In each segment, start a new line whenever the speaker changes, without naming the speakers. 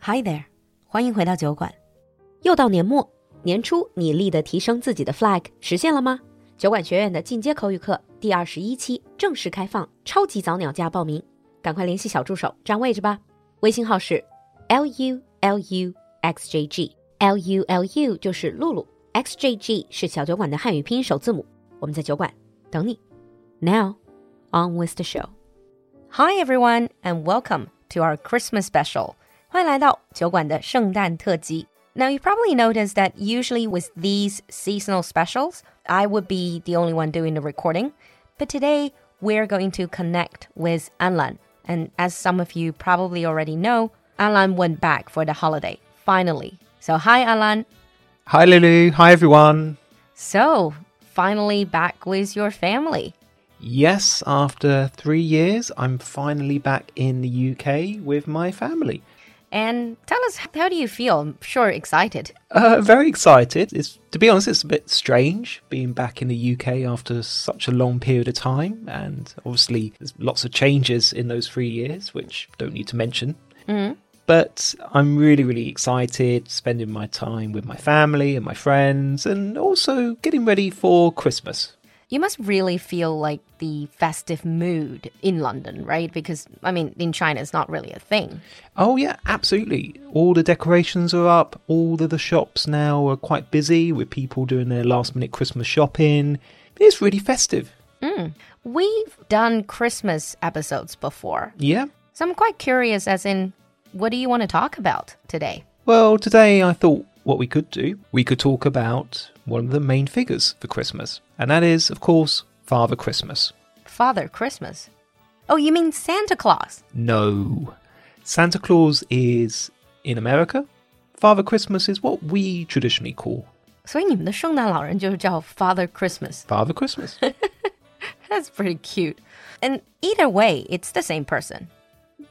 Hi there，欢迎回到酒馆。
又到年末年初，你立的提升自己的 flag 实现了吗？酒馆学院的进阶口语课第二十一期正式开放，超级早鸟价报名，赶快联系小助手占位置吧。微信号是 l u l u x j g l u l u 就是露露，x j g 是小酒馆的汉语拼音首字母。我们在酒馆等你。Now on with the show。
Hi everyone and welcome to our Christmas special. 欢迎来到酒馆的圣诞特辑. Now you probably noticed that usually with these seasonal specials, I would be the only one doing the recording, but today we're going to connect with Anlan. And as some of you probably already know, Anlan went back for the holiday finally. So hi Anlan.
Hi, Lulu. Hi, everyone.
So, finally back with your family.
Yes, after three years, I'm finally back in the UK with my family.
And tell us, how do you feel? I'm sure excited.
Uh, very excited. It's to be honest, it's a bit strange being back in the UK after such a long period of time, and obviously there's lots of changes in those three years, which don't need to mention. But I'm really, really excited spending my time with my family and my friends, and also getting ready for Christmas.
You must really feel like the festive mood in London, right? Because, I mean, in China, it's not really a thing.
Oh, yeah, absolutely. All the decorations are up. All of the shops now are quite busy with people doing their last minute Christmas shopping. It's really festive.
We've done Christmas episodes before.
Yeah.
So I'm quite curious, as in, what do you want to talk about today?
Well, today I thought what we could do, we could talk about one of the main figures for Christmas, and that is, of course, Father Christmas.
Father Christmas. Oh, you mean Santa Claus?
No. Santa Claus is in America. Father Christmas is what we traditionally call
所以你们的圣诞老人就是叫 Father Christmas.
Father Christmas.
That's pretty cute. And either way, it's the same person.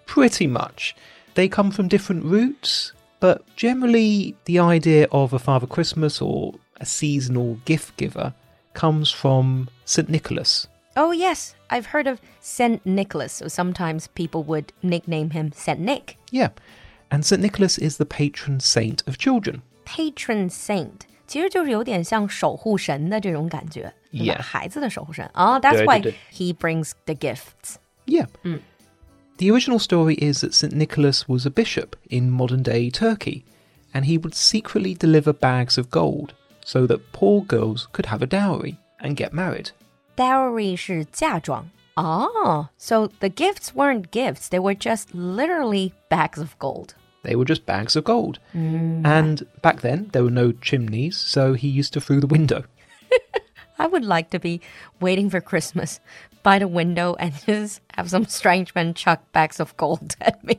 Pretty much. They come from different roots, but generally, the idea of a Father Christmas or a seasonal gift giver comes from St. Nicholas.
Oh, yes, I've heard of St. Nicholas, so sometimes people would nickname him St. Nick,
Yeah. And St. Nicholas is the patron saint of children.
patron saint. 其实就是有点像守护神的这种感觉
Yeah.
孩子的守护神 Oh, that's why
对，对，对。
he brings the gifts.
Yeah. The original story is that St. Nicholas was a bishop in modern day Turkey, and he would secretly deliver bags of gold so that poor girls could have a dowry and get married.
Dowry 是嫁妆. Oh, so the gifts weren't gifts; they were just literally bags of gold.
They were just bags of gold. And back then, there were no chimneys, so he used to through the window.
I would like to be waiting for Christmas by the window and just have some strange man chuck bags of gold at me.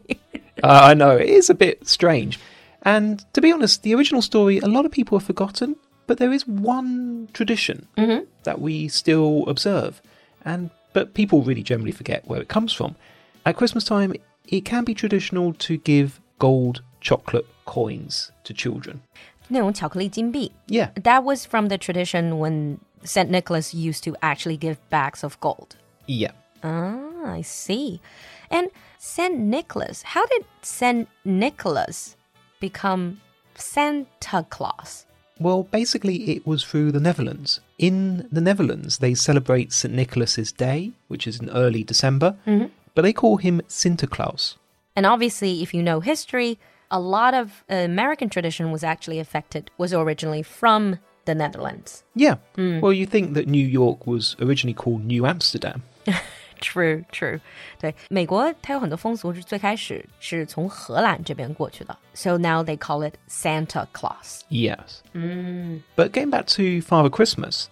uh, I know, it is a bit strange. And to be honest, the original story, a lot of people have forgotten, but there is one tradition that we still observe. And but people really generally forget where it comes from. At Christmas time, it can be traditional to give gold chocolate coins to children.
那种巧克力金币.
Yeah.
That was from the tradition when St. Nicholas used to actually give bags of gold.
Yeah.
Ah, I see. And St. Nicholas, how did St. Nicholas become Santa Claus?
Well, basically, it was through the Netherlands. In the Netherlands, they celebrate St. Nicholas's Day, which is in early December, but they call him Sinterklaas.
And obviously, if you know history, a lot of uh, American tradition was actually affected, was originally from the Netherlands.
Yeah. Well, you think that New York was originally called New Amsterdam.
True, true. 对，美国它有很多风俗是最开始是从荷兰这边过去的，so now they call it Santa Claus.
Yes.
Mm.
But getting back to Father Christmas,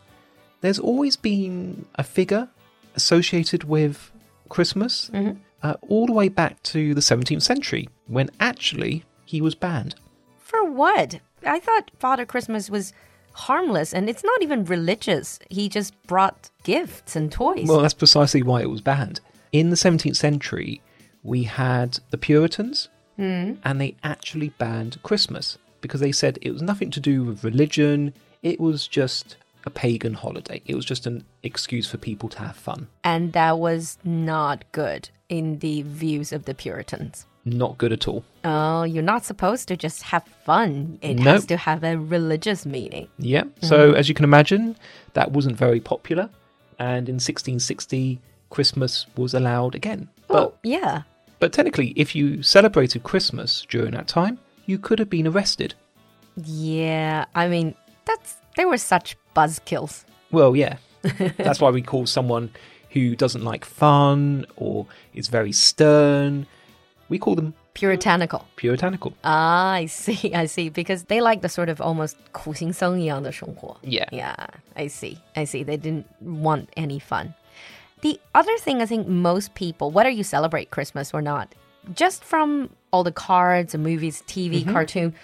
there's always been a figure associated with Christmas uh, all the way back to the 17th century when actually he was banned.
For what? I thought Father Christmas was harmless and it's not even religious. He just brought gifts and toys.
Well, that's precisely why it was banned. In the 17th century, we had the Puritans, and they actually banned Christmas because they said it was nothing to do with religion, it was just a pagan holiday. It was just an excuse for people to have fun.
And that was not good in the views of the Puritans.
Not good at all.
Oh, you're not supposed to just have fun. It
Nope.
has to have a religious meaning.
Yeah. So as you can imagine, that wasn't very popular. And in 1660, Christmas was allowed again. But
Well, yeah.
but technically, if you celebrated Christmas during that time, you could have been arrested.
Yeah, I mean, that's they were such buzzkills.
Well, yeah. That's why we call someone who doesn't like fun or is very stern. We call them
Puritanical.
puritanical.
Ah, I see, I see. Because they like the sort of almost 苦行僧一样的生活.
Yeah.
Yeah, I see, I see. They didn't want any fun. The other thing I think most people, whether you celebrate Christmas or not, just from all the cards and movies, TV, cartoon,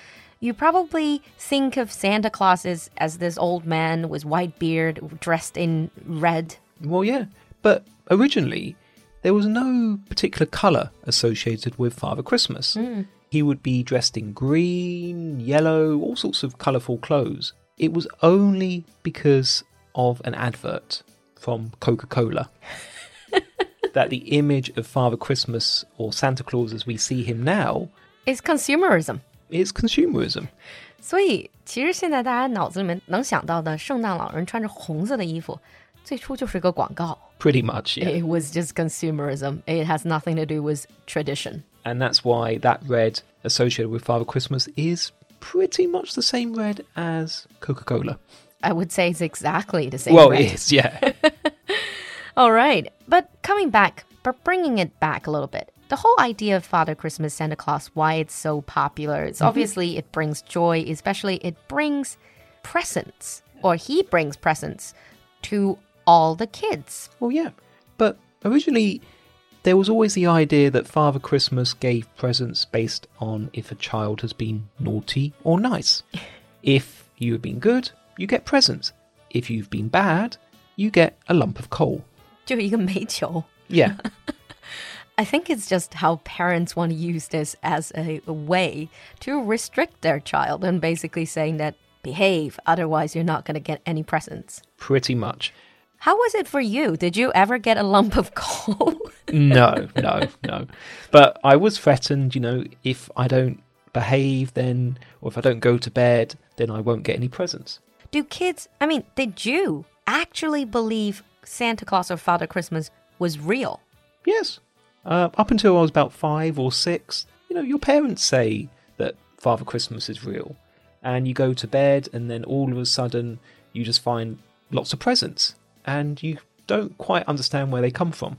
you probably think of Santa Claus as, as this old man with white beard dressed in red.
Well, yeah. But originally, there was no particular colour associated with Father Christmas. He would be dressed in green, yellow, all sorts of colourful clothes. It was only because of an advert from Coca Cola that the image of Father Christmas or Santa Claus as we see him now
It's consumerism.
is consumerism.
所以，其实现在大家脑子里面能想到的圣诞老人穿着红色的衣服，最初就是个广告。
Pretty much, yeah.
It was just consumerism. It has nothing to do with tradition.
And that's why that red associated with Father Christmas is pretty much the same red as Coca Cola.
I would say it's exactly the same.
Well,
right?
it is, yeah.
All right. But coming back, but bringing it back a little bit, the whole idea of Father Christmas, Santa Claus, why it's so popular, it's
Mm-hmm.
obviously it brings joy, especially it brings presents, or he brings presents to all the kids.
well, yeah. But originally, there was always the idea that Father Christmas gave presents based on if a child has been naughty or nice. if you have been good, you get presents. If you've been bad, you get a lump of coal.
就一个煤球。
Yeah.
I think it's just how parents want to use this as a way to restrict their child and basically saying that behave, otherwise, you're not going to get any presents.
pretty much.
How was it for you? Did you ever get a lump of coal?
no, no, no. But I was threatened, you know, if I don't behave, then, or if I don't go to bed, then I won't get any presents.
Do kids, I mean, did you actually believe Santa Claus or Father Christmas was real?
Yes. Uh, up until I was about five or six, you know, your parents say that Father Christmas is real. And you go to bed, and then all of a sudden, you just find lots of presents. And you don't quite understand where they come from.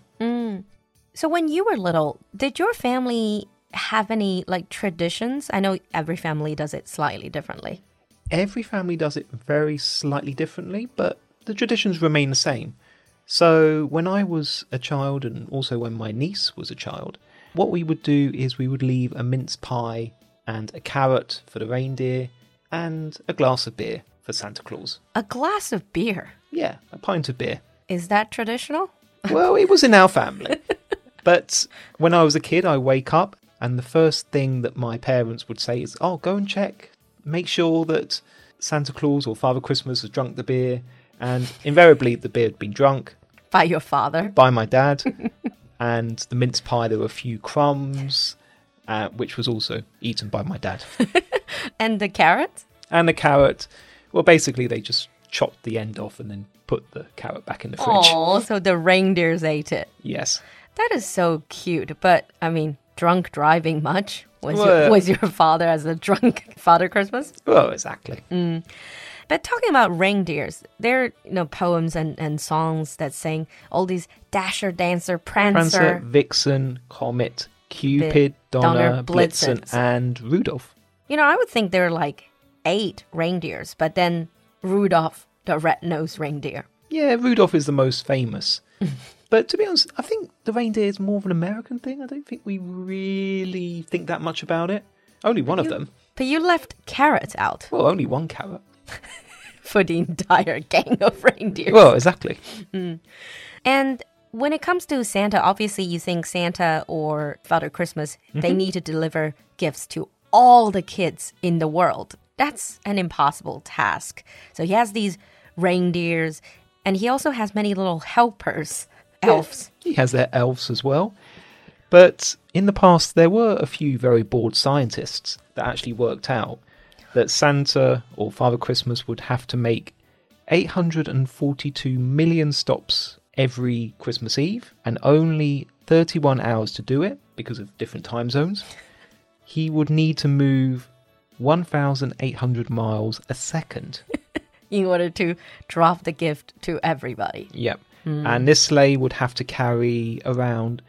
So when you were little, did your family have any like traditions? I know every family does it slightly differently.
every family does it very slightly differently, but the traditions remain the same. So, when I was a child, and also when my niece was a child, what we would do is we would leave a mince pie and a carrot for the reindeer and a glass of beer for Santa Claus.
A glass of beer.
Yeah, a pint of beer.
Is that traditional?
Well, it was in our family. But when I was a kid, I wake up, and the first thing that my parents would say is, Oh, go and check, make sure that Santa Claus or Father Christmas has drunk the beer. And invariably, the beer had been drunk
By your father.
by my dad. and the mince pie, there were a few crumbs, uh, which was also eaten by my dad.
And the carrot?
And the carrot, well, basically, they just chopped the end off and then put the carrot back in the fridge.
Oh, so the reindeers ate it.
Yes.
That is so cute, but I mean, drunk driving much? Was, your,
Well-
was your father as a drunk father Christmas?
Well, exactly.
But talking about reindeers, there are you know, poems and, and songs that sing all these dasher, dancer, prancer.
Prancer, Vixen, Comet, Cupid, Donner,
Donner,
Blitzen,
Blitzen.
and Rudolph.
You know, I would think there are like eight reindeers, but then Rudolph, the red-nosed reindeer.
Yeah, Rudolph is the most famous. but to be honest, I think the reindeer is more of an American thing. I don't think we really think that much about it. Only one of them.
But you left carrot out
Well, only one carrot.
for the entire gang of reindeers.
Well, exactly.
And when it comes to Santa, obviously you think Santa or Father Christmas, they need to deliver gifts to all the kids in the world. That's an impossible task. So he has these reindeers, and he also has many little helpers, elves.
He has their elves as well. But in the past, there were a few very bored scientists that actually worked out that Santa or Father Christmas would have to make 842 million stops every Christmas Eve and only 31 hours to do it because of different time zones. He would need to move 1,800 miles a second.
in order to drop the gift to everybody.
Yep. And this sleigh would have to carry around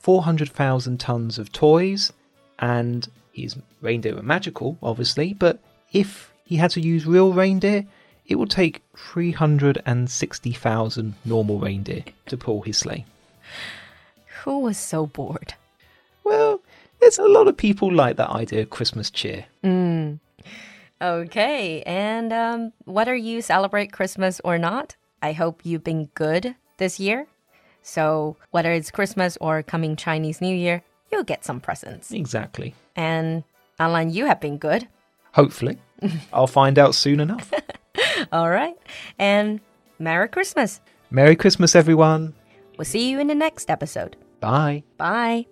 400,000 tons of toys. And his reindeer are magical, obviously, but if he had to use real reindeer, it would take 360,000 normal reindeer to pull his sleigh.
Who was so bored?
Well, there's a lot of people like that idea of Christmas cheer.
Okay, and um, whether you celebrate Christmas or not, I hope you've been good this year. So, whether it's Christmas or coming Chinese New Year, you'll get some presents.
Exactly.
And Alan, you have been good.
Hopefully. I'll find out soon enough.
All right. And Merry Christmas.
Merry Christmas, everyone.
We'll see you in the next episode.
Bye.
Bye.